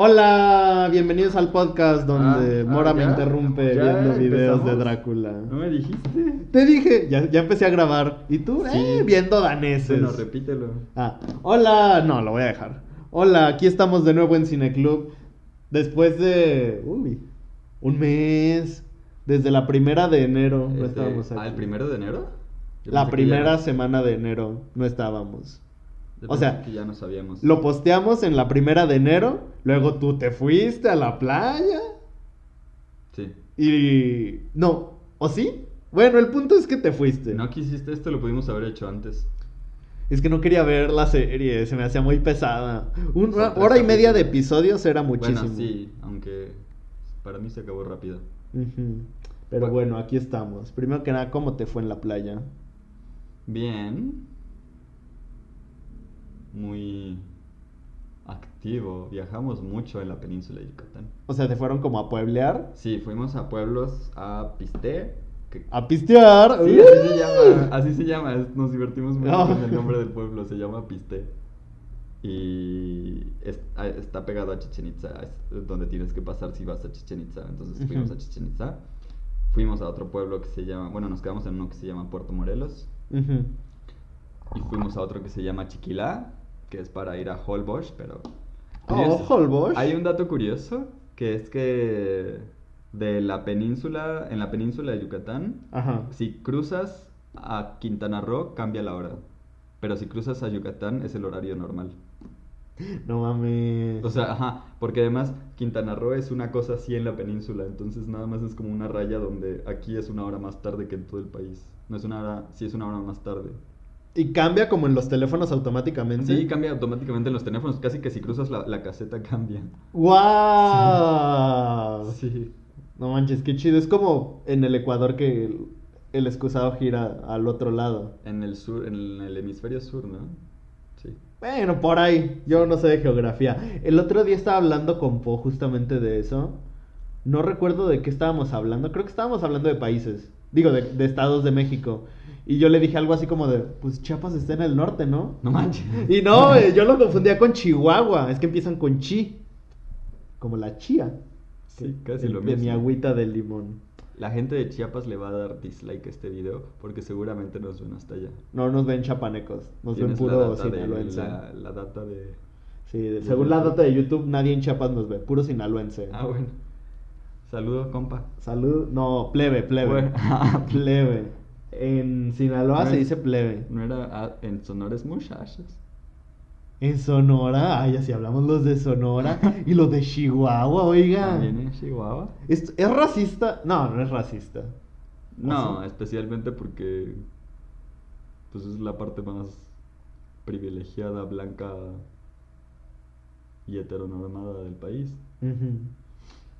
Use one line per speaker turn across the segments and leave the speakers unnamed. Hola, bienvenidos al podcast donde
Ah, ah,
Mora me
¿ya?
interrumpe
¿Ya
viendo videos
empezamos? Ah.
de Drácula.
¿No me dijiste?
Te dije, ya, ya empecé a grabar. ¿Y tú?
Sí.
Eh, viendo daneses.
Bueno, repítelo.
Ah, hola, no, lo voy a dejar. Hola, aquí estamos de nuevo en Cineclub. Después de. Uy, un mes. Desde la primera de enero no
Este,
estábamos aquí.
¿Al primero de enero? Yo
La
pensé que ya-
primera semana de enero no estábamos.
yo
o sea,
pensé que ya no sabíamos.
Lo posteamos en la primera de enero. Luego tú te fuiste a la playa.
Sí.
Y. No, ¿o sí? Bueno, el punto es que te fuiste.
No quisiste esto, lo pudimos haber hecho antes.
Es que no quería ver la serie, se me hacía muy pesada.
Son
Una
tres
hora y media
capítulos.
de episodios era muchísimo.
Bueno, sí, aunque para mí se acabó rápido.
Ujú. Pero
Bu-
bueno, aquí estamos. Primero que nada, ¿cómo te fue en la playa?
Bien. Muy activo. Viajamos mucho en la península de Yucatán.
O sea, ¿te fueron como a pueblear?
Sí, fuimos a pueblos a Pisté. Que...
¿A pistear?
Sí, así se llama. Así se llama. es- Nos divertimos mucho
No.
con el nombre del pueblo. Se llama Pisté. Y es- a- está pegado a Chichen Itza. Es donde tienes que pasar si vas a Chichen Itza. Entonces fuimos
Ujú.
a Chichen Itza. Fuimos a otro pueblo que se llama. Bueno, nos quedamos en uno que se llama Puerto Morelos.
Ujú.
Y fuimos a otro que se llama Chiquilá, que es para ir a Holbox, pero...
Oh,
Curioso.
Holbox.
Hay un dato curioso, que es que de la península, en la península de Yucatán,
Ajá.
si cruzas a Quintana Roo, cambia la hora. Pero si cruzas a Yucatán, es el horario normal.
No mames.
O sea, ajá, porque además Quintana Roo es una cosa así en la península, entonces nada más es como una raya donde aquí es una hora más tarde que en todo el país. No es una hora, sí es una hora más tarde.
¿Y cambia como en los teléfonos automáticamente?
Sí, cambia automáticamente en los teléfonos. Casi que si cruzas la, la caseta cambia.
¡Wow!
Sí.
No manches, qué chido. Es como en el Ecuador que el, el excusado gira al otro lado.
En el sur, en el hemisferio sur, ¿no? Sí.
Bueno, por ahí. Yo no sé de geografía. El otro día estaba hablando con Po justamente de eso. No recuerdo de qué estábamos hablando. Creo que estábamos hablando de países. Digo, de, de estados de México. Y yo le dije algo así como de, pues Chiapas está en el norte, ¿no?
No manches.
Y no, eh, yo lo confundía con Chihuahua. Es que empiezan con chi. Como la chía.
Sí,
Que-
casi
de-
lo
De mi
mismo.
agüita de limón.
La gente de Chiapas le va a dar dislike a este video porque seguramente nos ven hasta allá.
No nos ven chapanecos. Nos ven
Tienes
puro
la data de,
sinaloense.
la, la data de...
Sí, de- según la data de YouTube, nadie en Chiapas nos ve. Puro sinaloense.
Ah, bueno. Saludos, compa.
Salud, no, plebe, plebe.
Bueno.
plebe. En Sinaloa
No
se
es-
dice plebe.
No era ah, en sonores muchachos.
En Sonora, ay, así hablamos los de Sonora y los de Chihuahua, oiga.
También ¿eh? en Chihuahua.
¿Es, es racista? No, no es racista.
No,
sí?
especialmente porque pues es la parte más privilegiada, blanca y heteronormada del país.
Ujú.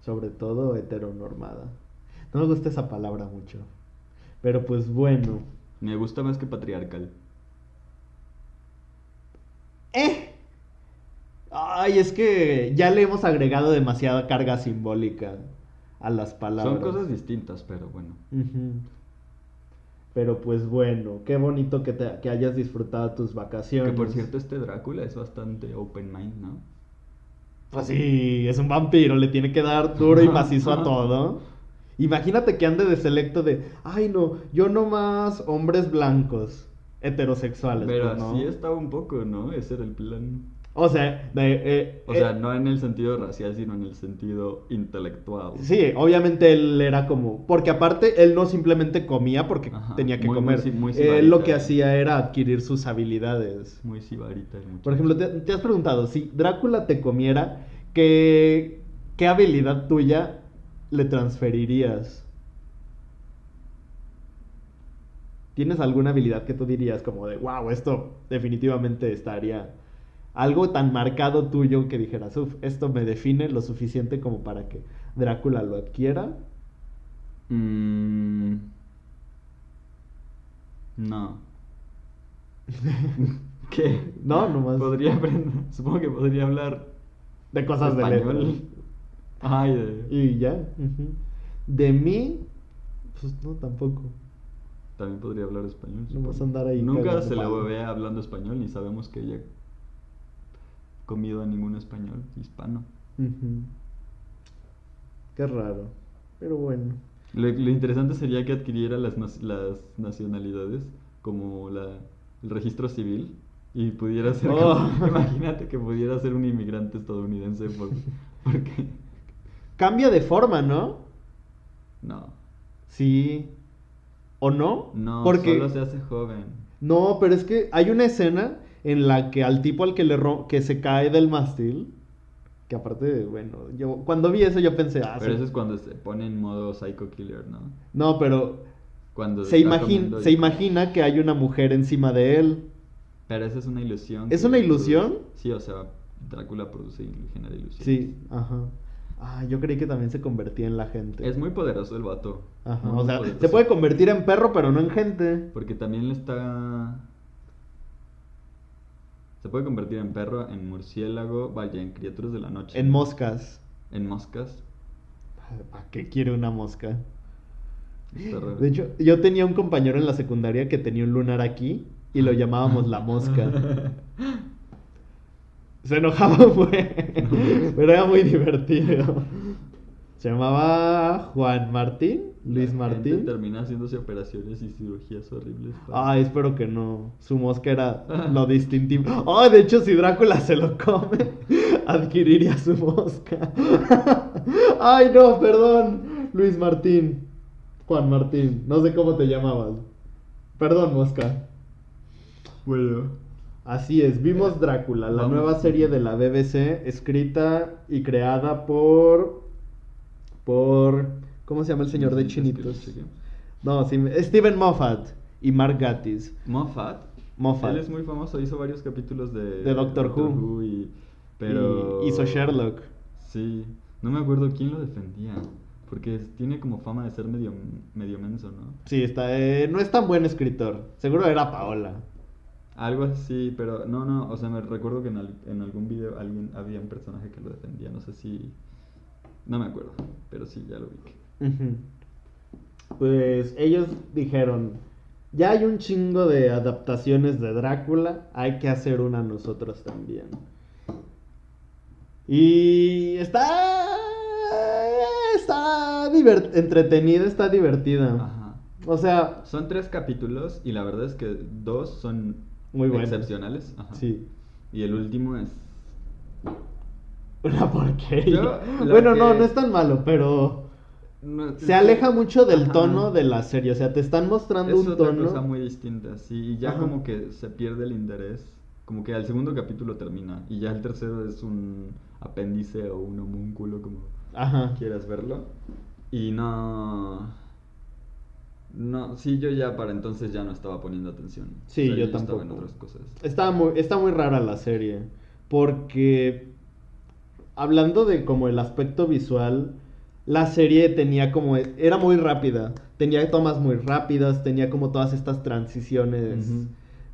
Sobre todo heteronormada. No me gusta esa palabra mucho. Pero pues bueno.
Me gusta más que patriarcal.
¡Eh! Ay, es que ya le hemos agregado demasiada carga simbólica a las palabras.
Son cosas distintas, pero bueno.
Ujú. Pero pues bueno, qué bonito que, te, que hayas disfrutado tus vacaciones.
Que por cierto este Drácula es bastante open mind, ¿no?
Pues sí, es un vampiro, le tiene que dar duro y macizo a todo. Imagínate que ande de selecto de, ay no, yo nomás hombres blancos, heterosexuales.
Pero
pues, ¿no?
así estaba un poco, ¿no? Ese era el plan.
O sea, de, eh,
O
eh,
sea, no en el sentido racial, sino en el sentido intelectual.
Sí, obviamente él era como. Porque aparte, él no simplemente comía porque
Ajá,
tenía que
muy, muy
comer.
si- muy
él lo que
sibarita.
hacía era adquirir sus habilidades.
Muy sibarita el muchacho.
Por ejemplo, te, te has preguntado, si Drácula te comiera, ¿qué, qué habilidad tuya le transferirías? ¿Tienes alguna habilidad que tú dirías como de, wow, esto definitivamente estaría... Algo tan marcado tuyo que dijeras, uff, esto me define lo suficiente como para que Drácula lo adquiera.
Mm. No. ¿Qué?
No, nomás
Podría aprender. Supongo que podría hablar
de cosas de
español.
letras.
Ay, de-
Y ya. ujú. De mí, pues no, tampoco.
También podría hablar español.
No vas a
supongo.
andar ahí
Nunca
cagando
se la
palo.
ve hablando español, ni sabemos que haya comido a ningún español hispano.
Ujú. Qué raro. Pero bueno.
Lo, lo interesante sería que adquiriera las, nas- las nacionalidades como la, el registro civil y pudiera ser... como-
Oh.
imagínate que pudiera ser un inmigrante estadounidense por- porque...
Cambia de forma, ¿no?
No,
Sí. ¿O no?
no,
Porque...
solo se hace joven.
No, pero es que hay una escena en la que al tipo al que le ro- que se cae del mástil, que aparte, bueno, yo cuando vi eso yo pensé, ah,
Pero
sí.
eso es cuando se pone en modo psycho killer, ¿no?
no, pero
Cuando
se,
está
imagin-
comiendo y-
se imagina que hay una mujer encima de él.
Pero esa es una ilusión.
¿Es
que
una
produce-
ilusión?
Sí, o sea, Drácula produce y genera ilusiones.
Sí, ajá. Ah, yo creí que también se convertía en la gente.
Es muy poderoso el vato.
Ajá,
Muy
o sea,
poderoso.
se puede convertir en perro, pero no en gente.
Porque también le está... Se puede convertir en perro, en murciélago, vaya, en criaturas de la noche.
En moscas.
En moscas.
¿Para qué quiere una mosca?
Está raro.
De hecho, yo tenía un compañero en la secundaria que tenía un lunar aquí y lo llamábamos la mosca. Se enojaba, güey. Pero era muy divertido. Se llamaba Juan Martín, Luis
La gente
Martín. Ah.
termina haciéndose operaciones y cirugías horribles. para-
Ay, espero que no. Su mosca era lo distintivo. Oh, de hecho, si Drácula se lo come, adquiriría su mosca. Ay, no, perdón. Luis Martín. Juan Martín. No sé cómo te llamabas. Perdón, mosca.
Bueno.
Así es, vimos Drácula, la
Eh, Vamos.
nueva serie de la BBC, escrita y creada por. por. ¿Cómo se llama el señor de
Necesitas que lo
chinitos?
cheque.
No, sí, Steven Moffat y Mark Gatiss.
Moffat.
Moffat.
Él es muy famoso, hizo varios capítulos de,
De Doctor Who.
y, pero...
Y hizo Sherlock.
Sí, no me acuerdo quién lo defendía, porque es- tiene como fama de ser medio, medio menso, ¿no?
Sí, está, eh, no es tan buen escritor. Seguro era Paola.
Algo así, pero no, no, o sea, me recuerdo que en, al- en algún video alguien había un personaje que lo defendía, no sé si... No me acuerdo, pero sí, ya lo vi.
Ujú. Pues ellos dijeron, ya hay un chingo de adaptaciones de Drácula, hay que hacer una nosotros también. Y está... Está divert- entretenida, está divertida.
Ajá.
O sea,
Son tres capítulos y la verdad es que dos son
Muy buenos.
excepcionales. Ajá.
sí,
Y el último es...
una porquería.
Yo, lo
bueno, no,
que-
no es tan malo, pero...
No,
Se aleja mucho del
Ajá.
tono de la serie, o sea, te están mostrando
Es
un
otra
tono.
cosa muy distinta, sí, y ya
Ajá.
como que se pierde el interés, como que al segundo capítulo termina, y ya el tercero es un apéndice o un homúnculo, como
Ajá.
quieras verlo, y no... No, sí, yo ya para entonces ya no estaba poniendo atención.
Sí, yo
Estaba en
tampoco.
otras cosas.
Está muy, está muy rara la serie. Porque hablando de como el aspecto visual, la serie tenía como. Era muy rápida. Tenía tomas muy rápidas. Tenía como todas estas transiciones
Ujú.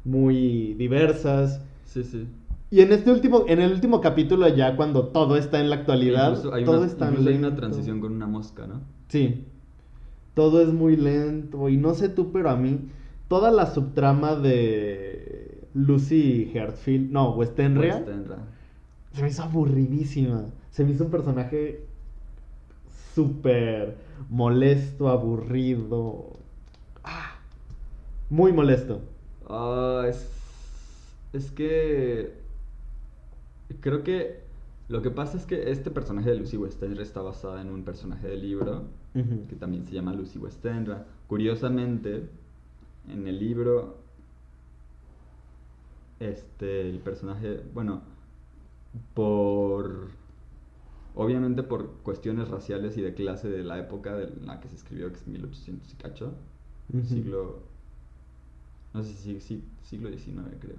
muy diversas.
Sí, sí.
Y en este último, en el último capítulo, ya cuando todo está en la actualidad,
Incluso hay
todo
una,
está
incluso hay una
lento.
transición con una mosca, ¿no?
Sí. Todo es muy lento. Y no sé tú, pero a mí, toda la subtrama de Lucy Hertfield, no, Westenria,
Pues, tendrá.
se me hizo aburridísima. Se me hizo un personaje súper molesto, aburrido. Ah, muy molesto.
Ah, es, es que creo que lo que pasa es que este personaje de Lucy Westenra está basada en un personaje del libro
Ujú.
que también se llama Lucy Westenra. Curiosamente, en el libro, este, el personaje, bueno, por, obviamente por cuestiones raciales y de clase de la época de la que se escribió, que es 1800 y cacho,
Ujú.
siglo. No sé si si- siglo XIX, creo.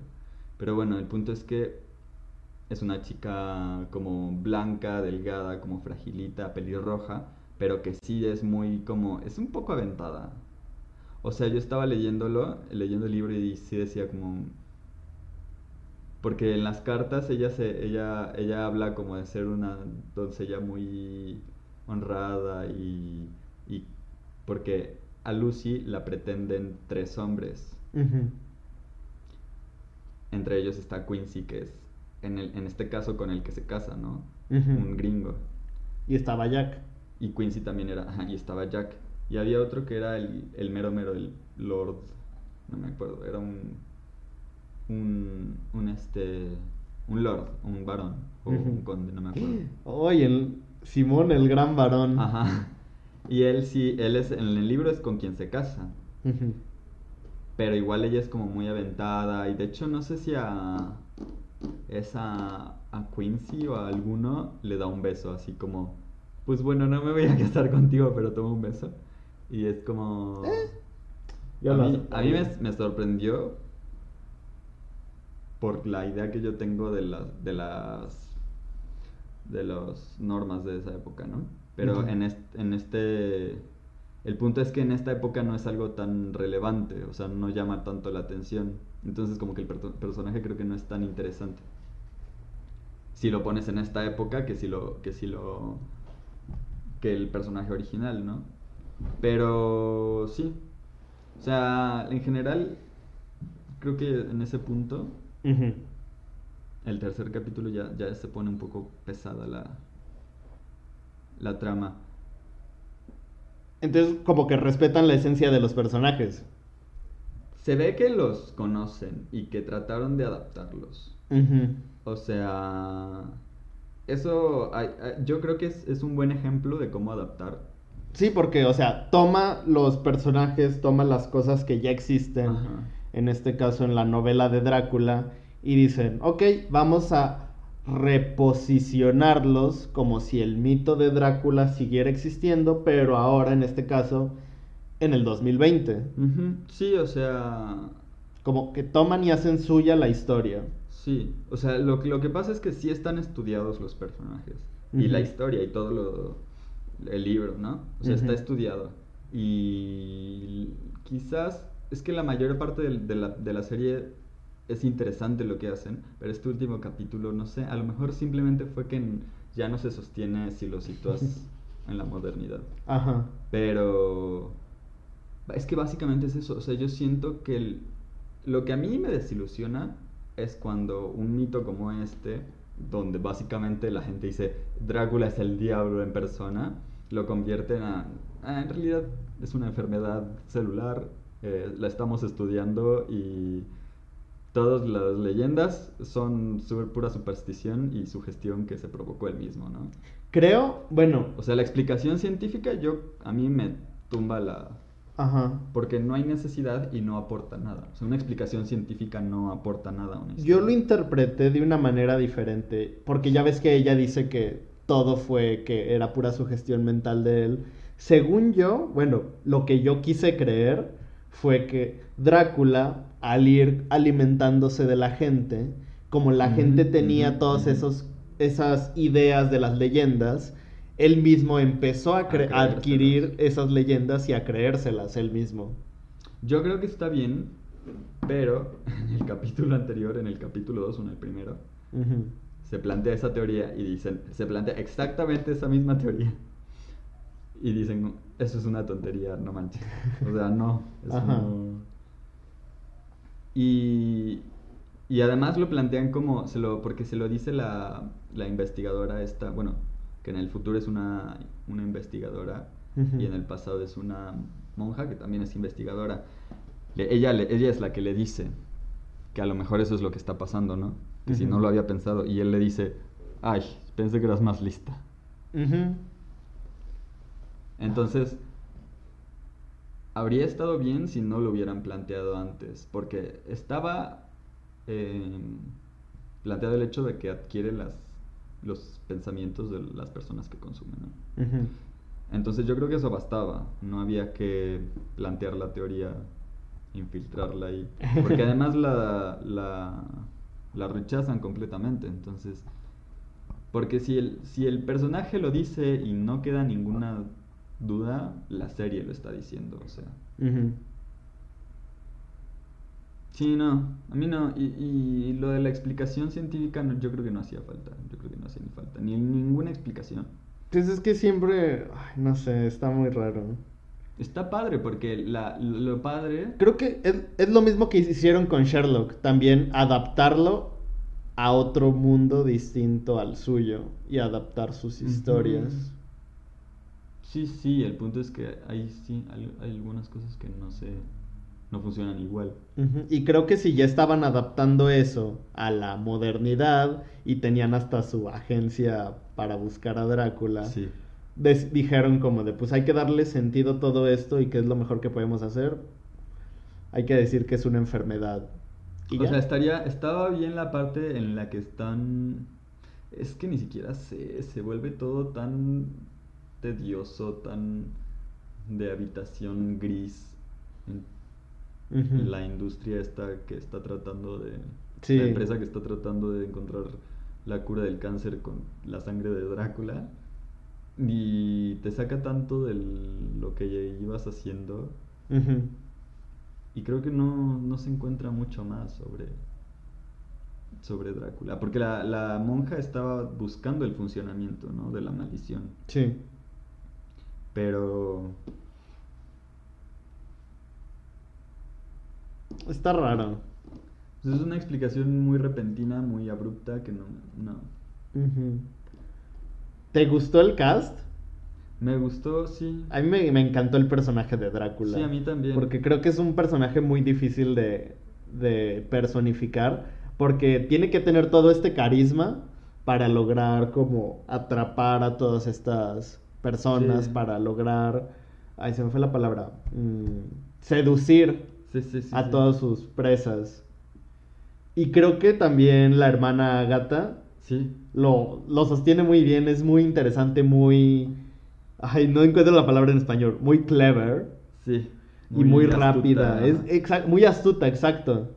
Pero bueno, el punto es que es una chica como blanca, delgada, como fragilita, pelirroja, pero que sí es muy como. Es un poco aventada. O sea, yo estaba leyéndolo, leyendo el libro y sí decía como. Porque en las cartas ella se, ella, ella habla como de ser una doncella muy honrada y, y porque a Lucy la pretenden tres hombres.
Ujú.
Entre ellos está Quincy, que es en, el, en este caso con el que se casa, ¿no?
Ujú.
un gringo.
Y estaba Jack.
Y Quincy también era, ajá, y estaba Jack. Y había otro que era el, el mero mero, el Lord, no me acuerdo, era un, un, un este, un Lord, un varón, o un
Ujú.
conde, no me acuerdo.
Oye, el Simón, el gran varón.
Ajá. Y él sí, él es, en el libro es con quien se casa.
Ujú.
Pero igual ella es como muy aventada y de hecho no sé si a es a, a Quincy o a alguno le da un beso así como pues bueno no me voy a casar contigo pero toma un beso y es como
Yo
a
lo
mí, a mí
aceptaría.
me, me sorprendió por la idea que yo tengo de las de las de las normas de esa época, ¿no? Pero
Ujú.
en, este, en este el punto es que en esta época no es algo tan relevante, o sea, no llama tanto la atención. Entonces, como que el perto- personaje creo que no es tan interesante. Si lo pones en esta época que si lo que si lo que el personaje original, ¿no? Pero sí. O sea, en general, creo que en ese punto,
Ujú.
el tercer capítulo ya, ya se pone un poco pesada la, la trama.
Entonces, como que respetan la esencia de los personajes.
Se ve que los conocen y que trataron de adaptarlos.
Ujú.
O sea, eso hay- hay- yo creo que es, es un buen ejemplo de cómo adaptar.
Sí, porque, o sea, toma los personajes, toma las cosas que ya existen,
Ajá.
en este caso en la novela de Drácula, y dicen, ok, vamos a reposicionarlos como si el mito de Drácula siguiera existiendo, pero ahora, en este caso, en el 2020.
Ujú, Sí, o sea,
Como que toman y hacen suya la historia.
Sí, o sea, lo, que- lo que pasa es que sí están estudiados los personajes y la
Ujú.
historia y todo lo, el libro, ¿no? O sea, está
Ujú.
estudiado. Y quizás es que la mayor parte del- de, la, de la serie es interesante lo que hacen, pero este último capítulo, no sé, a lo mejor simplemente fue que n- ya no se sostiene si lo sitúas en la modernidad.
Ajá.
Pero es que básicamente es eso. O sea, yo siento que el- lo que a mí me desilusiona es cuando un mito como este, donde básicamente la gente dice Drácula es el diablo en persona, lo convierten a. "Ah, en realidad es una enfermedad celular, eh, la estamos estudiando y. Todas las leyendas son su- pura superstición y sugestión que se provocó él mismo, ¿no?
Creo, bueno,
O sea, la explicación científica yo a mí me tumba la
ajá.
porque no hay necesidad y no aporta nada. O sea, una explicación científica no aporta nada. a una
Yo lo
historia.
interpreté de una manera diferente, porque ya ves que ella dice que todo fue que era pura sugestión mental de él. Según yo, bueno, lo que yo quise creer fue que Drácula, al ir alimentándose de la gente, como la
Ujú,
gente
ujú,
tenía todas
ujú.
esos, esas ideas de las leyendas, él mismo empezó a,
A
cre- a
creérselas.
adquirir esas leyendas y a creérselas él mismo.
Yo creo que está bien, pero en el capítulo anterior, en el capítulo 2, o en el primero,
Ujú.
se plantea esa teoría y dicen, se plantea exactamente esa misma teoría. Y dicen, eso es una tontería, no manches. O sea, no, eso
Ajá.
no. Y, y además lo plantean como, se lo, porque se lo dice la, la investigadora esta, bueno, que en el futuro es una, una investigadora
Ujú.
y en el pasado es una monja que también es investigadora. Le- ella, le- ella es la que le dice que a lo mejor eso es lo que está pasando, ¿no? Que si no
Ujú.
lo había pensado. Y él le dice, ay, pensé que eras más lista.
Ujú.
Entonces, habría estado bien si no lo hubieran planteado antes, porque estaba eh, planteado el hecho de que adquiere las, los pensamientos de las personas que consumen. ¿no?
Ujú.
Entonces yo creo que eso bastaba, no había que plantear la teoría, infiltrarla ahí, porque además la, la, la rechazan completamente, entonces, porque si el, si el personaje lo dice y no queda ninguna duda, la serie lo está diciendo, o sea,
Ujú.
sí, no, a mí no, y, y lo de la explicación científica no, yo creo que no hacía falta, yo creo que no hacía ni falta, ni ninguna explicación.
Pues es que siempre, ay, no sé, está muy raro.
Está padre porque la, lo padre...
Creo que es, es lo mismo que hicieron con Sherlock, también adaptarlo a otro mundo distinto al suyo y adaptar sus
Ujú.
historias.
Sí, sí, el punto es que hay, sí, hay, hay algunas cosas que no sé, no funcionan igual.
Ujú, Y creo que si ya estaban adaptando eso a la modernidad y tenían hasta su agencia para buscar a Drácula,
Sí.
des- dijeron como de, pues hay que darle sentido a todo esto y qué es lo mejor que podemos hacer. Hay que decir que es una enfermedad. Y
O
ya.
sea, estaría, estaba bien la parte en la que están... Es que ni siquiera se, se vuelve todo tan tedioso, tan de habitación gris. En
Ujú.
La industria esta que está tratando de...
Sí.
La empresa que está tratando de encontrar la cura del cáncer con la sangre de Drácula. Y te saca tanto de lo que ibas haciendo.
Ujú.
Y creo que no, no se encuentra mucho más sobre, sobre Drácula. Porque la, la monja estaba buscando el funcionamiento, ¿no? De la maldición.
Sí.
Pero...
Está raro.
pues, es una explicación muy repentina, muy abrupta, que no... no.
Ujú. ¿Te gustó el cast?
Me gustó, sí.
A mí me, me encantó el personaje de Drácula.
Sí, a mí también.
Porque creo que es un personaje muy difícil de, de personificar. Porque tiene que tener todo este carisma para lograr como atrapar a todas estas personas,
Sí.
para lograr... Ay, se me fue la palabra. mm, seducir
Sí, sí, sí,
a
sí.
todas sus presas. Y creo que también la hermana Gata
Sí.
lo, lo sostiene muy bien, es muy interesante, muy... Ay, no encuentro la palabra en español. Muy clever
Sí.
y muy
astuta.
rápida. Es exac- muy astuta, exacto.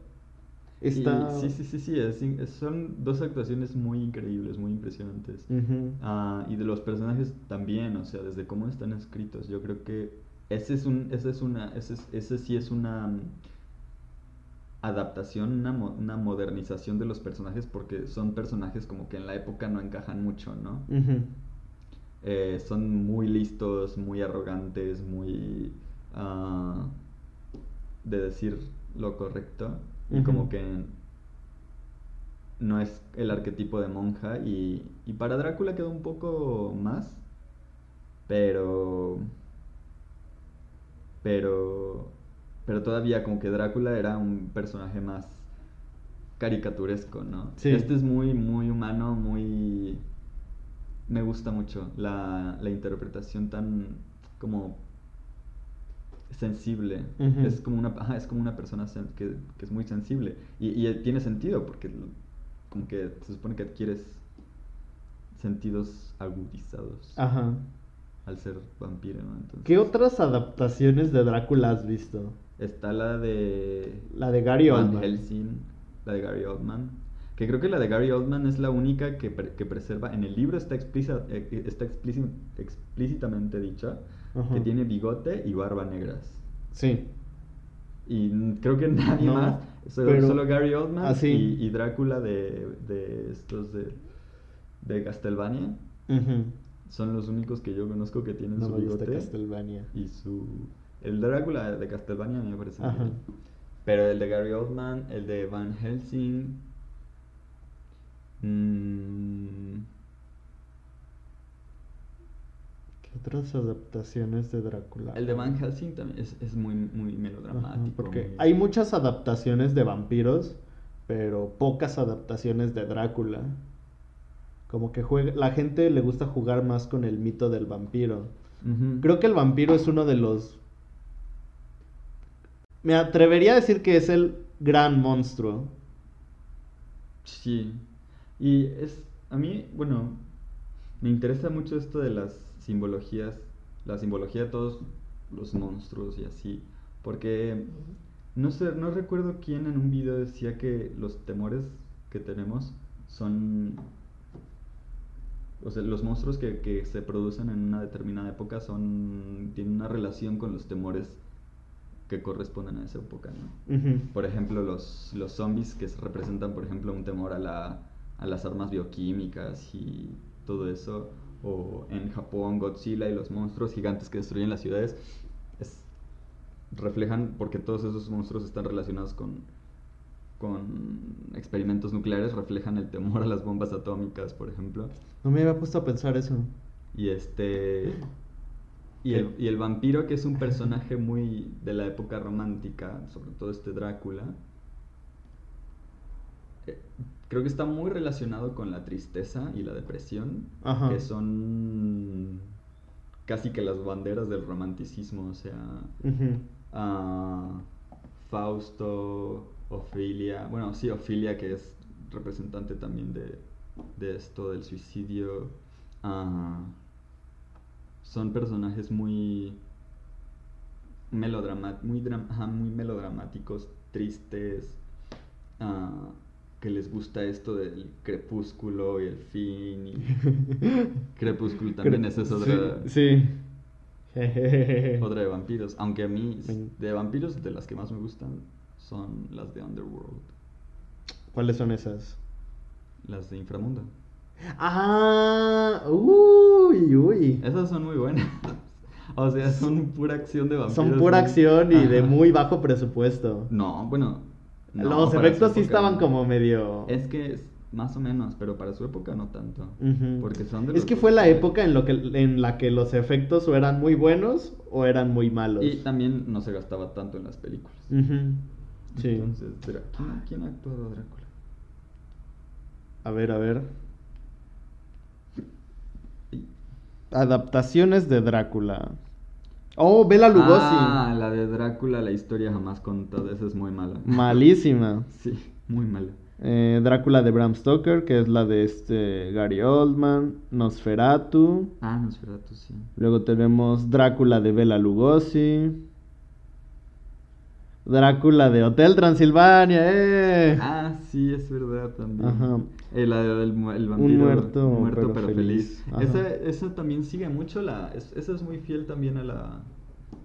Y-
Está...
Sí, sí, sí, sí. es in- es- son dos actuaciones muy increíbles, muy impresionantes.
Ujú.
Ah, y de los personajes también, o sea, desde cómo están escritos. Yo creo que ese es un, ese es una, ese, es- ese sí es una mm, adaptación, una, mo- una modernización de los personajes porque son personajes como que en la época no encajan mucho, ¿no?
Ujú.
Eh, son muy listos, muy arrogantes, muy ah, de decir lo correcto. Y
Ujú.
como que no es el arquetipo de monja. Y, y para Drácula quedó un poco más. Pero. Pero. Pero todavía como que Drácula era un personaje más caricaturesco, ¿no?
Sí.
Este es muy, muy humano, muy. Me gusta mucho la, la interpretación tan como sensible.
Ujú.
Es como una, ajá, es como una persona sen- que, que es muy sensible. Y, y, eh, tiene sentido porque l- como que se supone que adquieres sentidos agudizados
Ajá.
al ser vampiro, ¿no? Entonces,
Ah. ¿Qué otras adaptaciones de Drácula has visto?
Está la de
La de Gary
Van
Oldman.
Helsing, la de Gary Oldman. Que creo que la de Gary Oldman es la única que, pre- que preserva. En el libro está, explícita- eh, está explíci- explícitamente dicha
Ajá.
que tiene bigote y barba negras.
Sí.
Y n- creo que nadie
No,
más. Solo,
pero-
solo Gary Oldman
Ah, sí.
y, y Drácula de, de estos de, de Castlevania.
Ujú.
Son los únicos que yo conozco que tienen
No
su
me gusta
bigote.
Castlevania.
Y su. El Drácula de Castlevania me parece. muy
Ajá.
bien. Pero el de Gary Oldman, el de Van Helsing. mm,
¿Qué otras adaptaciones de Drácula?
el de Van Helsing también es, es muy, muy
Ajá,
melodramático.
Porque
muy-
hay muchas adaptaciones de vampiros, pero pocas adaptaciones de Drácula. Como que juega, la gente le gusta jugar más con el mito del vampiro.
Ujú.
Creo que el vampiro es uno de los... Me atrevería a decir que es el gran monstruo.
Sí. Y es, a mí, bueno, me interesa mucho esto de las simbologías, la simbología de todos los monstruos y así, porque no sé, no recuerdo quién en un video decía que los temores que tenemos son, o sea, los monstruos que, que se producen en una determinada época son, tienen una relación con los temores que corresponden a esa época, ¿no?
Ujú.
Por ejemplo, los, los zombies que se representan, por ejemplo, un temor a, la, a las armas bioquímicas y todo eso. O en Japón, Godzilla y los monstruos gigantes que destruyen las ciudades. es- reflejan porque todos esos monstruos están relacionados con, con experimentos nucleares reflejan el temor a las bombas atómicas, por ejemplo.
No me había puesto a pensar eso.
Y este. Y el, y el vampiro, que es un personaje muy de la época romántica, sobre todo este Drácula, eh, creo que está muy relacionado con la tristeza y la depresión,
Ajá.
que son casi que las banderas del romanticismo, o sea,
Ujú.
a Ah, Fausto, Ofelia, bueno, sí, Ofelia que es representante también de, de esto del suicidio. ah, son personajes muy melodrama- muy, dram- ajá, muy melodramáticos, tristes, ah, que les gusta esto del crepúsculo y el fin. y- crepúsculo también
Creo-
esa es otra
Sí. sí.
otra de vampiros, aunque a mí
Me-
de vampiros de las que más me gustan son las de Underworld,
¿Cuáles son esas?
las de Inframundo.
Ah, uy, uy.
Esas son muy buenas. O sea, son pura acción de vampiros.
Son pura
muy-
acción y de
Ajá.
muy bajo presupuesto.
No, bueno. no,
Los
para su
efectos sí
época
estaban
no.
como medio...
Es que es más o menos, pero para su época no tanto.
Ujú.
Porque son de
es
los
que fue la
primeros.
época en, lo que, en la que los efectos o eran muy buenos o eran muy malos.
Y también no se gastaba tanto en las películas.
Ujú. Mm, Sí.
Entonces, Drá- ¿quién, ¿quién ha actuado a Drácula?
A ver, a ver. Adaptaciones de Drácula. Oh, Bela Lugosi.
Ah, la de Drácula, la historia jamás contada. Esa es muy mala.
Malísima.
Sí, muy mala.
Eh, Drácula de Bram Stoker, que es la de este Gary Oldman, Nosferatu.
Ah, Nosferatu, sí.
Luego tenemos Drácula de Bela Lugosi. Drácula de Hotel Transilvania, eh.
Ah, sí, es verdad también.
Ajá.
Eh, la del mu- el vampiro.
muerto, pero
pero, feliz.
feliz. Ajá.
Esa, esa también sigue mucho la. es- esa es muy fiel también a la,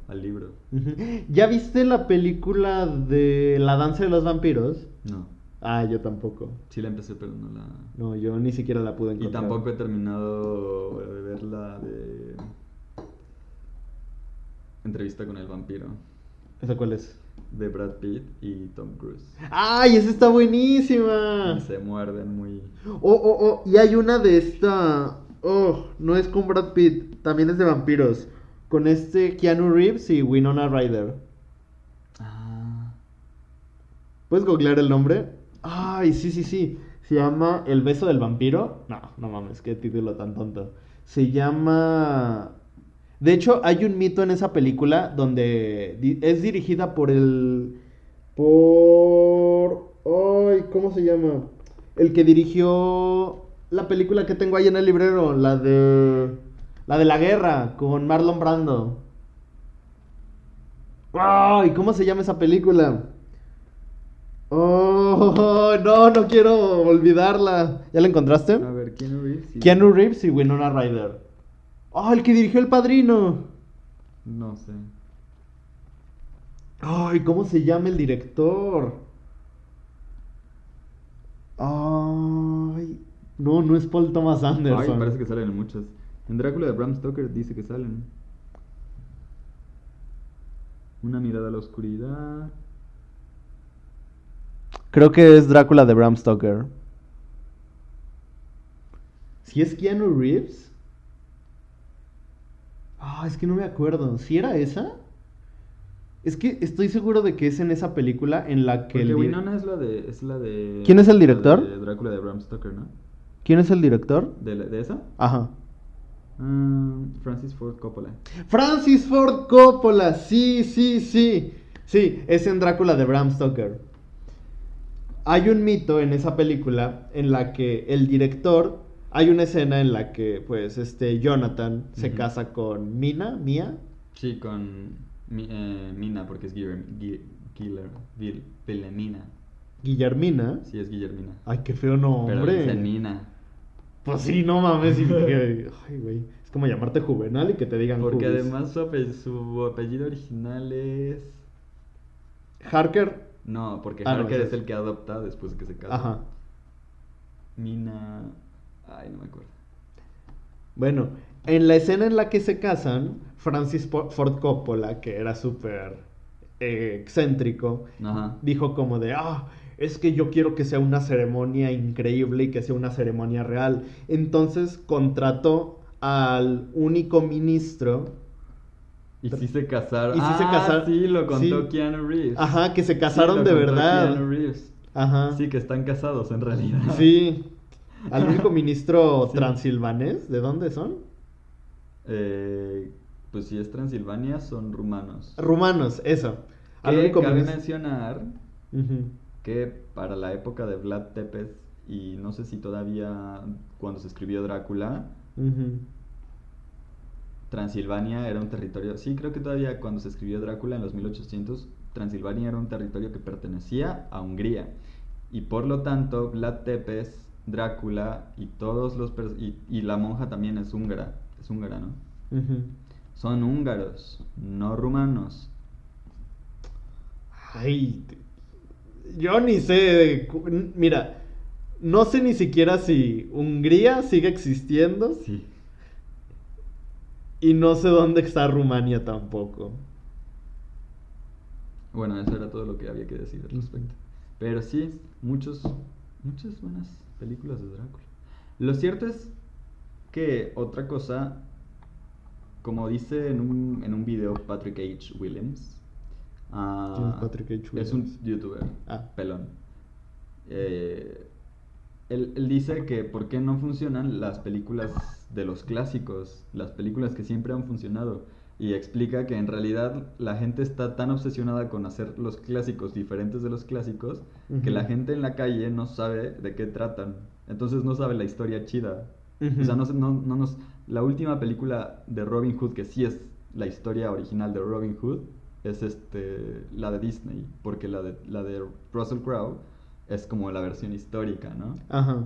al libro.
Ujú. ¿Ya viste la película de La danza de los vampiros?
No.
Ah, yo tampoco.
Sí la empecé, pero no la.
No, yo ni siquiera la pude
y
encontrar.
tampoco he terminado de ver la de. Entrevista con el vampiro.
¿Esa cuál es?
De Brad Pitt y Tom Cruise.
¡Ay, esa está buenísima!
Y Se muerden muy.
Oh, oh, oh, y hay una de esta. Oh, no es con Brad Pitt, también es de vampiros. Con este Keanu Reeves y Winona Ryder.
Ah.
¿Puedes googlear el nombre? Ay, sí, sí, sí. Se llama El beso del vampiro. No, no mames, qué título tan tonto. Se llama. De hecho, hay un mito en esa película donde di- es dirigida por el. Por. Ay, ¿cómo se llama? El que dirigió la película que tengo ahí en el librero, la de. La de la guerra, con Marlon Brando. Ay, ¿cómo se llama esa película? Oh, no, no quiero olvidarla. ¿Ya la encontraste?
A ver, Keanu Reeves. y-
Keanu Reeves y Winona Ryder. Oh, el que dirigió El Padrino.
No sé.
Ay, ¿cómo se llama el director? Ay, no, no es Paul Thomas Anderson.
Ay, parece que salen en muchas. En Drácula de Bram Stoker dice que salen. Una mirada a la oscuridad.
Creo que es Drácula de Bram Stoker. ¿Si es Keanu Reeves? Ah, es que no me acuerdo. ¿Si era esa? Es que estoy seguro de que es en esa película en la que...
Porque
el di-
Winona es la de. Es la de
¿Quién es el
la
director?
de Drácula de Bram Stoker, ¿no?
¿Quién es el director?
¿De, la- de esa?
Ajá.
Ah, Francis Ford Coppola.
Francis Ford Coppola. Sí, sí, sí. Sí, es en Drácula de Bram Stoker. Hay un mito en esa película en la que el director, hay una escena en la que pues este Jonathan se
Ujú.
casa con Mina, Mia,
Sí, con Mi- eh, Mina, porque es Guillerm, Gui- Guiller- Vil- Vilhelmina.
Guillermina.
Sí, es Guillermina.
Ay, qué feo nombre.
Pero dicen Mina.
Pues sí, no mames. y que- ay, güey. Es como llamarte Juvenal y que te digan
Porque
Jubis.
además su ape- su apellido original es.
Harker.
No, porque
Ah, no,
Harker
ese
es
es.
el que adopta después que se casa.
Ajá.
Mina. Ay, no me acuerdo.
Bueno, en la escena en la que se casan, Francis Po- Ford Coppola, que era súper eh, excéntrico,
Ajá.
dijo como de, ah, es que yo quiero que sea una ceremonia increíble y que sea una ceremonia real. Entonces contrató al único ministro
Y sí se casaron.
Y sí se
Ah,
casaron.
Sí, lo contó
Sí.
Keanu Reeves.
Ajá, que se
Sí,
casaron
lo
de
contó
verdad.
Keanu Reeves.
Ajá.
Sí, que están casados en realidad.
Sí. Al único ministro
Sí.
transilvanés, ¿de dónde son?
Eh, pues si es Transilvania, son rumanos.
Rumanos, eso. Al
Que
único
cabe
minis-
mencionar
Ujú.
que para la época de Vlad Tepes, y no sé si todavía cuando se escribió Drácula,
Ujú.
Transilvania era un territorio, sí, creo que todavía cuando se escribió Drácula en los 1800, Transilvania era un territorio que pertenecía a Hungría. Y por lo tanto, Vlad Tepes, Drácula y todos los pers- y, y la monja también es húngara, es húngara, ¿no?
Ujú.
Son húngaros, no rumanos.
Ay, te- yo ni sé. de cu- n- Mira, no sé ni siquiera si Hungría sigue existiendo
Sí.
y no sé dónde está Rumania tampoco.
Bueno, eso era todo lo que había que decir al respecto. Pero sí, muchos, muchas buenas películas de Drácula. Lo cierto es que otra cosa, como dice en un, en un video Patrick H. Williams, ah,
¿Quién es Patrick H.
es un
Williams?
youtuber,
Ah.
pelón. Eh, él, él dice que por qué no funcionan las películas de los clásicos, las películas que siempre han funcionado. Y explica que en realidad la gente está tan obsesionada con hacer los clásicos diferentes de los clásicos que la
Ujú.
gente en la calle no sabe de qué tratan. Entonces no sabe la historia chida.
Ujú.
O sea, no, se- no- no nos... La última película de Robin Hood, que sí es la historia original de Robin Hood, es este, la de Disney, porque la de, la de Russell Crowe es como la versión histórica, ¿no?
Ajá.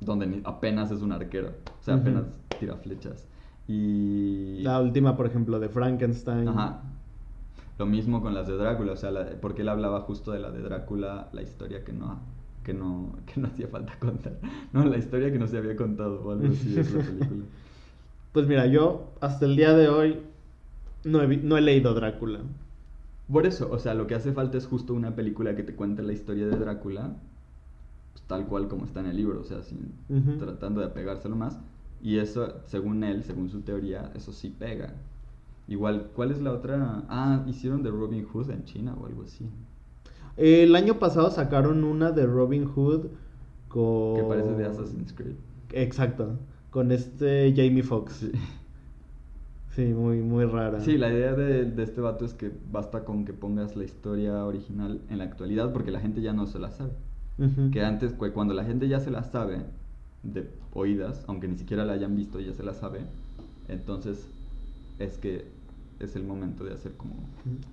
Donde ni- apenas es un arquero, o sea,
Ujú.
apenas tira flechas. Y...
La última, por ejemplo, de Frankenstein.
Ajá. Lo mismo con las de Drácula, o sea, la- porque él hablaba justo de la de Drácula, la historia que no, que no, que no hacía falta contar. No, la historia que no se había contado o algo así es la película.
Pues mira, yo hasta el día de hoy no he, vi- no he leído Drácula.
Por eso, o sea, lo que hace falta es justo una película que te cuente la historia de Drácula, pues, tal cual como está en el libro, o sea, sin,
Ujú.
tratando de pegárselo más. Y eso, según él, según su teoría, eso sí pega. Igual, ¿cuál es la otra? Ah, hicieron de Robin Hood en China o algo así.
El año pasado sacaron una de Robin Hood con...
Que parece de Assassin's Creed.
Exacto. Con este Jamie Foxx.
Sí.
Sí, muy, muy rara.
Sí, la idea de, de este vato es que basta con que pongas la historia original en la actualidad porque la gente ya no se la sabe.
Ujú.
Que antes, cu- cuando la gente ya se la sabe de oídas, aunque ni siquiera la hayan visto, ya se la sabe, entonces es que es el momento de hacer como...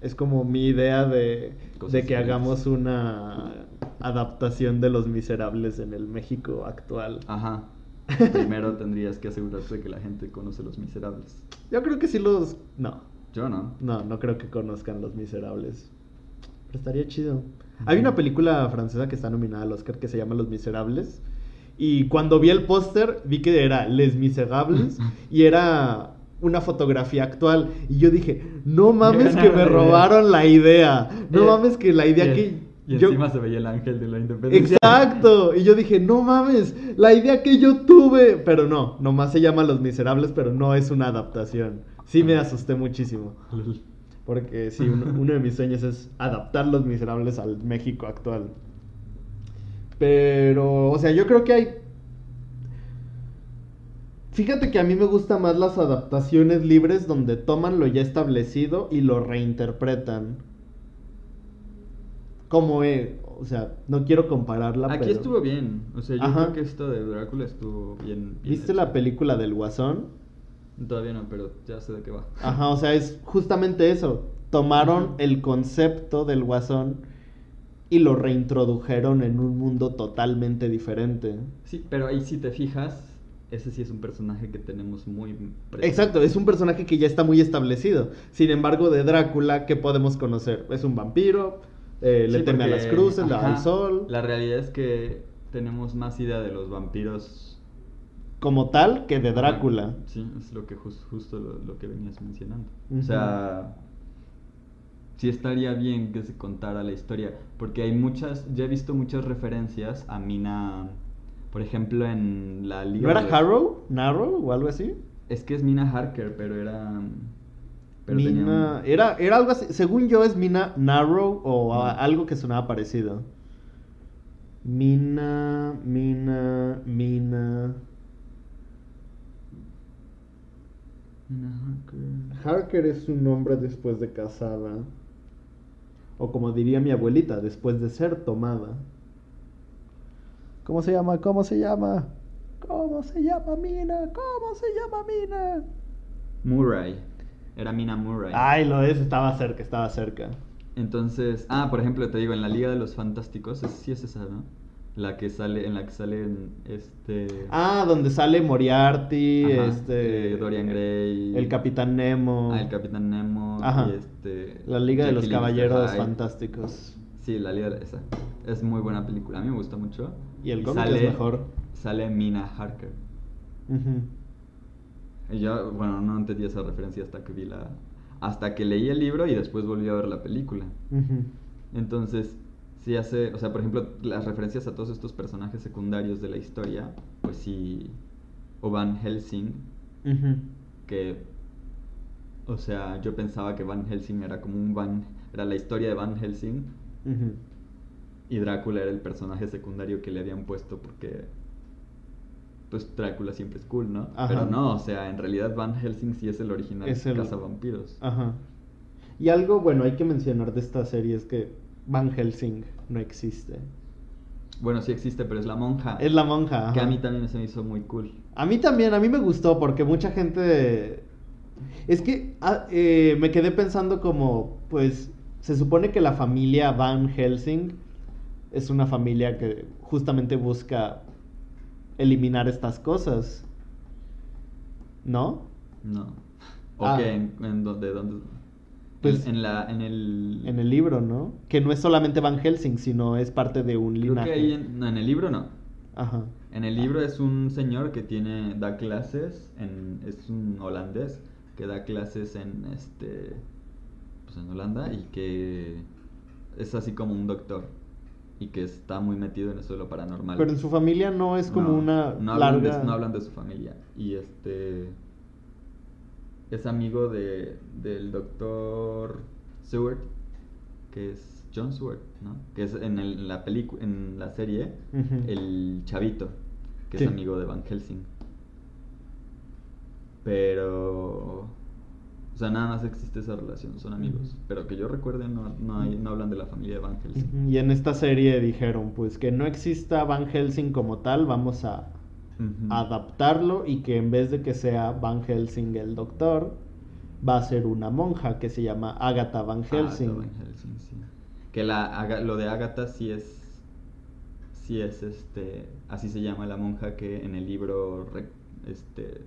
Es como mi idea de,
Cosas
de que
diferentes.
hagamos una adaptación de Los Miserables en el México actual.
Ajá. Primero tendrías que asegurarte de que la gente conoce Los Miserables.
Yo creo que sí los... No,
Yo no.
no, no creo que conozcan Los Miserables. Pero estaría chido. Hay una película francesa que está nominada al Oscar que se llama Los Miserables. Y cuando vi el póster, vi que era Les Miserables y era una fotografía actual. Y yo dije, no mames que me
ganaron la idea".
robaron la idea. No
Eh,
mames que la idea
y,
que...
Y
yo-
encima se veía el ángel de la independencia.
Exacto. Y yo dije, no mames, la idea que yo tuve. Pero no, nomás se llama Los Miserables, pero no es una adaptación. Sí me asusté muchísimo.
Lol.
Porque sí, uno, uno de mis sueños es adaptar Los Miserables al México actual. Pero, o sea, yo creo que hay... Fíjate que a mí me gustan más las adaptaciones libres donde toman lo ya establecido y lo reinterpretan. Como, eh, o sea, no quiero compararla,
Aquí
pero-
estuvo bien. O sea, yo
Ajá.
creo que esto de Drácula estuvo bien. bien
¿Viste
hecho.
la película del Guasón?
Todavía no, pero ya sé de qué va.
Ajá, o sea, es justamente eso. Tomaron
Ujú.
el concepto del guasón y lo reintrodujeron en un mundo totalmente diferente.
Sí, pero ahí si te fijas, ese sí es un personaje que tenemos muy presente.
Exacto, es un personaje que ya está muy establecido. Sin embargo, de Drácula, ¿qué podemos conocer? Es un vampiro, eh, le
Sí,
teme a
porque-
las cruces, le da
ajá,
al sol.
La realidad es que tenemos más idea de los vampiros.
Como tal, que de Drácula.
Sí, es lo que jus- justo lo, lo que venías mencionando.
Ujú.
O sea, sí estaría bien que se contara la historia, porque hay muchas, yo he visto muchas referencias a Mina, por ejemplo, en la Liga...
¿No era
de los-
Harrow? ¿Narrow? ¿O algo así?
Es que es Mina Harker, pero era... Pero tenía
Mina...
un-
Era, era algo así. Según yo es Mina Narrow o a-
Mm.
algo que sonaba parecido. Mina, Mina, Mina...
Mina Harker.
Harker es un hombre después de casada. O como diría mi abuelita, después de ser tomada. ¿Cómo se llama? ¿Cómo se llama? ¿Cómo se llama Mina? ¿Cómo se llama Mina?
Murray. Era Mina Murray.
Ay, lo es, estaba cerca, estaba cerca.
Entonces, ah, por ejemplo, te digo, en la Liga de los Fantásticos, es- sí es esa, ¿no? La que sale, en la que sale en este...
Ah, donde sale Moriarty,
Ajá,
este.
eh, Dorian Gray.
El Capitán Nemo.
Ah, el Capitán Nemo.
Ajá.
Y este...
La Liga de los
Jekyll y Mr.
Caballeros
Hyde.
Fantásticos.
Sí, la Liga de esa. Es muy buena película, a mí me gusta mucho.
Y el cómic es mejor.
Sale Mina Harker.
Ujú.
Y yo, bueno, no entendí esa referencia hasta que vi la... Hasta que leí el libro y después volví a ver la película.
Ujú.
Entonces, sí hace, o sea, por ejemplo, las referencias a todos estos personajes secundarios de la historia, pues sí, o Van Helsing,
Ujú.
que, o sea, yo pensaba que Van Helsing era como un Van, era la historia de Van Helsing
Ujú.
y Drácula era el personaje secundario que le habían puesto porque, pues Drácula siempre es cool, ¿no?
Ajá.
Pero no, o sea, en realidad Van Helsing sí es el original
Es el- Ah.
cazavampiros.
Ajá. Y algo bueno hay que mencionar de esta serie es que Van Helsing no existe.
Bueno, sí existe, pero es la monja.
Es la monja.
Ah, Que a
ajá.
mí también se me hizo muy cool.
A mí también, a mí me gustó porque mucha gente... Es que ah, eh, me quedé pensando como, pues, se supone que la familia Van Helsing es una familia que justamente busca eliminar estas cosas. ¿No?
No. ¿O
Ah.
qué? ¿En, en dónde? dónde?
Pues-
en, en la, en el...
En el libro, ¿no? Que no es solamente Van Helsing, sino es parte de un
Creo
linaje. Ah.
que ahí en, no, en el libro no.
Ajá.
En el libro es un señor que tiene, da clases, en, es un holandés que da clases en este, pues en Holanda y que es así como un doctor y que está muy metido en eso de lo paranormal.
Pero en su familia no es como
No,
una
no hablan de-
larga...
no hablan de su familia. Y este. Es amigo de, del doctor Seward, que es John Seward, ¿no? Que es en, el- en la película, en la serie,
Ujú.
el chavito, que
Sí.
es amigo de Van Helsing. Pero. O sea, nada más existe esa relación, son amigos.
Ujú.
Pero que yo recuerde, no, no, hay- no hablan de la familia de Van Helsing.
Ujú, Y en esta serie dijeron, pues que no exista Van Helsing como tal, vamos a
Ujú.
adaptarlo y que en vez de que sea Van Helsing el doctor, va a ser una monja que se llama Agatha Van Helsing.
Agatha Van Helsing, Ah, sí. Que la, Aga- lo de Agatha sí es. Sí es este. Así se llama la monja que en el libro. re- este.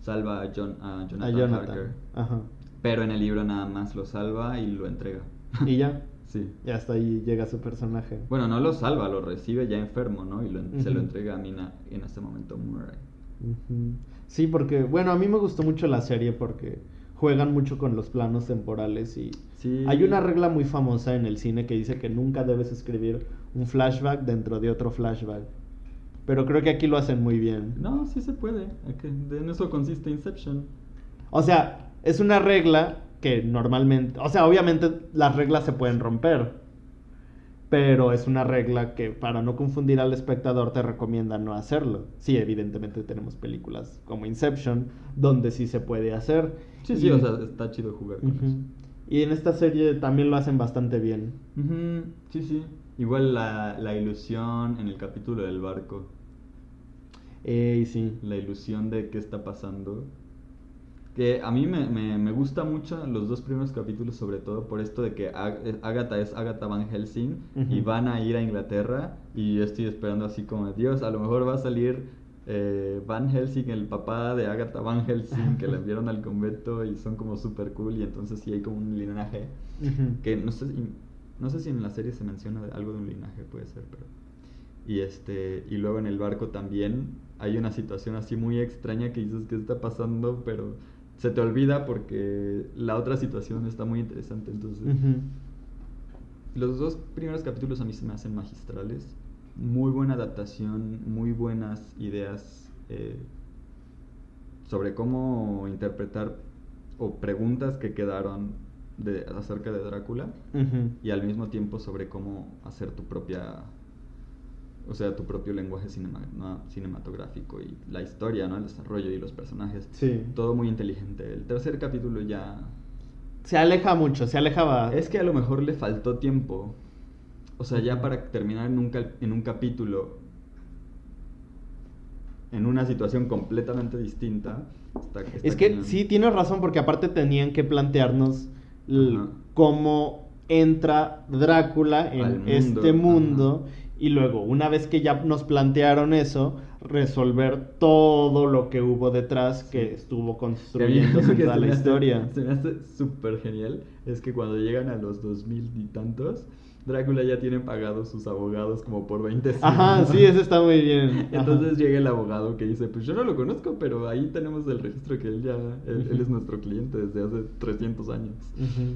Salva a, John, a
A
Jonathan, Harker.
Jonathan. Ajá.
Pero en el libro nada más lo salva y lo entrega.
Y ya,
Sí.
y hasta ahí llega su personaje.
Bueno, no lo salva, lo recibe ya enfermo, ¿no? Y lo en- se lo
Ujú.
entrega a Mina en este momento Murray.
Ujú. Sí, porque, bueno, a mí me gustó mucho la serie porque juegan mucho con los planos temporales y
Sí.
hay una regla muy famosa en el cine que dice que nunca debes escribir un flashback dentro de otro flashback. Pero creo que aquí lo hacen muy bien.
No, sí se puede. Ok, de- En eso consiste Inception.
O sea, es una regla que normalmente, o sea, obviamente las reglas se pueden romper. Pero es una regla que para no confundir al espectador te recomienda no hacerlo. Sí, evidentemente tenemos películas como Inception donde sí se puede hacer.
Sí, sí,
Y-
o sea, está chido jugar con
Ujú.
eso.
Y en esta serie también lo hacen bastante bien.
Ujú, Sí, sí. Igual la, la ilusión en el capítulo del barco.
Ey, Eh, sí.
La ilusión de qué está pasando. Que a mí me, me, me gusta mucho los dos primeros capítulos, sobre todo por esto de que Ag- eh, Agatha es Agatha Van Helsing y
Ujú.
van a ir a Inglaterra. Y yo estoy esperando así como, Dios, a lo mejor va a salir eh, Van Helsing, el papá de Agatha Van Helsing, que la enviaron al convento y son como super cool. Y entonces sí hay como un linaje.
Ujú.
que no sé, si- no sé si en la serie se menciona de- algo de un linaje, puede ser, pero... Y, este, y luego en el barco también hay una situación así muy extraña que dices que está pasando, pero se te olvida porque la otra situación está muy interesante. Entonces,
Ujú.
los dos primeros capítulos a mí se me hacen magistrales. Muy buena adaptación, muy buenas ideas eh, sobre cómo interpretar o preguntas que quedaron de, acerca de Drácula
Ujú.
y al mismo tiempo sobre cómo hacer tu propia o sea tu propio lenguaje cinema- no, cinematográfico y la historia no el desarrollo y los personajes
Sí.
todo muy inteligente el tercer capítulo ya
Se aleja mucho, se alejaba.
es que a lo mejor le faltó tiempo o sea ya para terminar en un, cal- en un capítulo en una situación completamente distinta está- está
Es que
cañón.
sí, tienes razón, porque aparte tenían que plantearnos l-
Ajá.
cómo entra Drácula en
Al mundo,
este mundo. Y luego, una vez que ya nos plantearon eso, resolver todo lo que hubo detrás que estuvo
Que a mí
construyendo
lo que
toda
se
la
me hace-
historia.
Se me hace súper genial. Es que cuando llegan a los 2000 y tantos, Drácula ya tiene pagados sus abogados como por 20 siglos.
Ajá, sí, eso está muy bien. Ajá.
Entonces llega el abogado que dice, pues yo no lo conozco, pero ahí tenemos el registro que él ya, él, él es
Ujú.
nuestro cliente desde hace 300 años.
Ujú.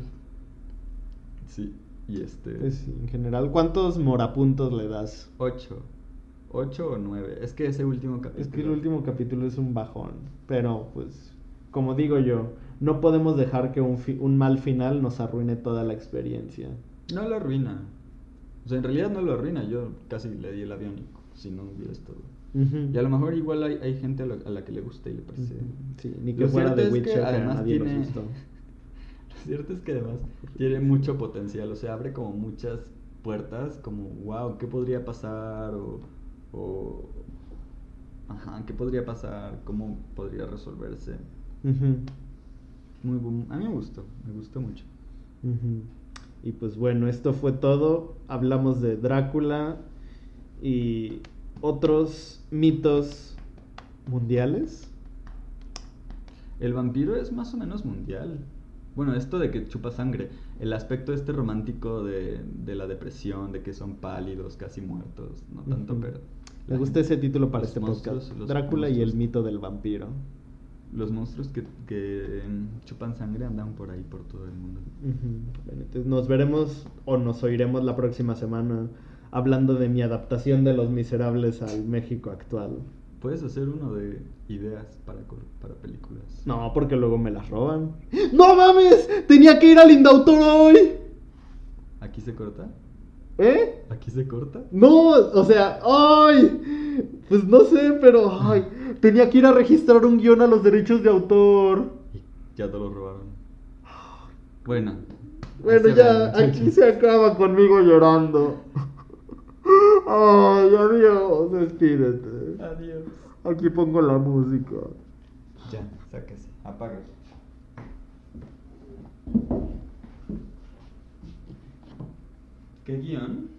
Sí, y este...
Pues, en general, ¿cuántos morapuntos le das?
8. 8 o 9. Es que ese último capítulo...
Es que el último capítulo es un bajón, pero pues, como digo yo, no podemos dejar que un, fi- un mal final nos arruine toda la experiencia.
No lo arruina. O sea, en realidad no lo arruina. Yo casi le di el aviónico, si no hubiera estado...
Ujú.
Y a lo mejor igual hay, hay gente a, lo- a la que le gusta y le parece.
Sí, ni que
Lo
fuera
cierto
de
es que
Witcher, que a
además
nadie
tiene-
nos gustó.
Lo cierto es que además tiene mucho potencial, o sea, abre como muchas puertas, como, wow, ¿qué podría pasar? O, o, ajá, ¿qué podría pasar? ¿Cómo podría resolverse?
Ujú,
Muy, bu- a mí me gustó, me gustó mucho.
ujú. Y pues bueno, esto fue todo. Hablamos de Drácula y otros mitos mundiales.
El vampiro es más o menos mundial. Bueno, esto de que chupa sangre, el aspecto este romántico de, de la depresión, de que son pálidos, casi muertos, no tanto,
Ujú.
pero...
Le gusta ese título para
los
este
monstruos,
podcast.
los
Drácula y el
monstruos.
mito del vampiro.
Los monstruos que, que, em, chupan sangre andan por ahí, por todo el mundo.
Ujú. Bueno, entonces nos veremos o nos oiremos la próxima semana hablando de mi adaptación de Los Miserables al México actual.
Puedes hacer uno de ideas para, cor- para películas.
No, porque luego me las roban. ¡No mames! Tenía que ir al Indautoro hoy.
¿Aquí se corta?
¿Eh?
¿Aquí se corta?
No, o sea, ¡ay! Pues no sé, pero ay, tenía que ir a registrar un guión a los derechos de autor.
Y ya te lo robaron. Bueno. ahí
Bueno,
se
ya,
ven,
aquí
muchachos.
se acaba conmigo llorando. Ay, adiós, despídete.
Adiós.
Aquí pongo la música.
Ya, sáquese. Apágalo. ¿Qué guión?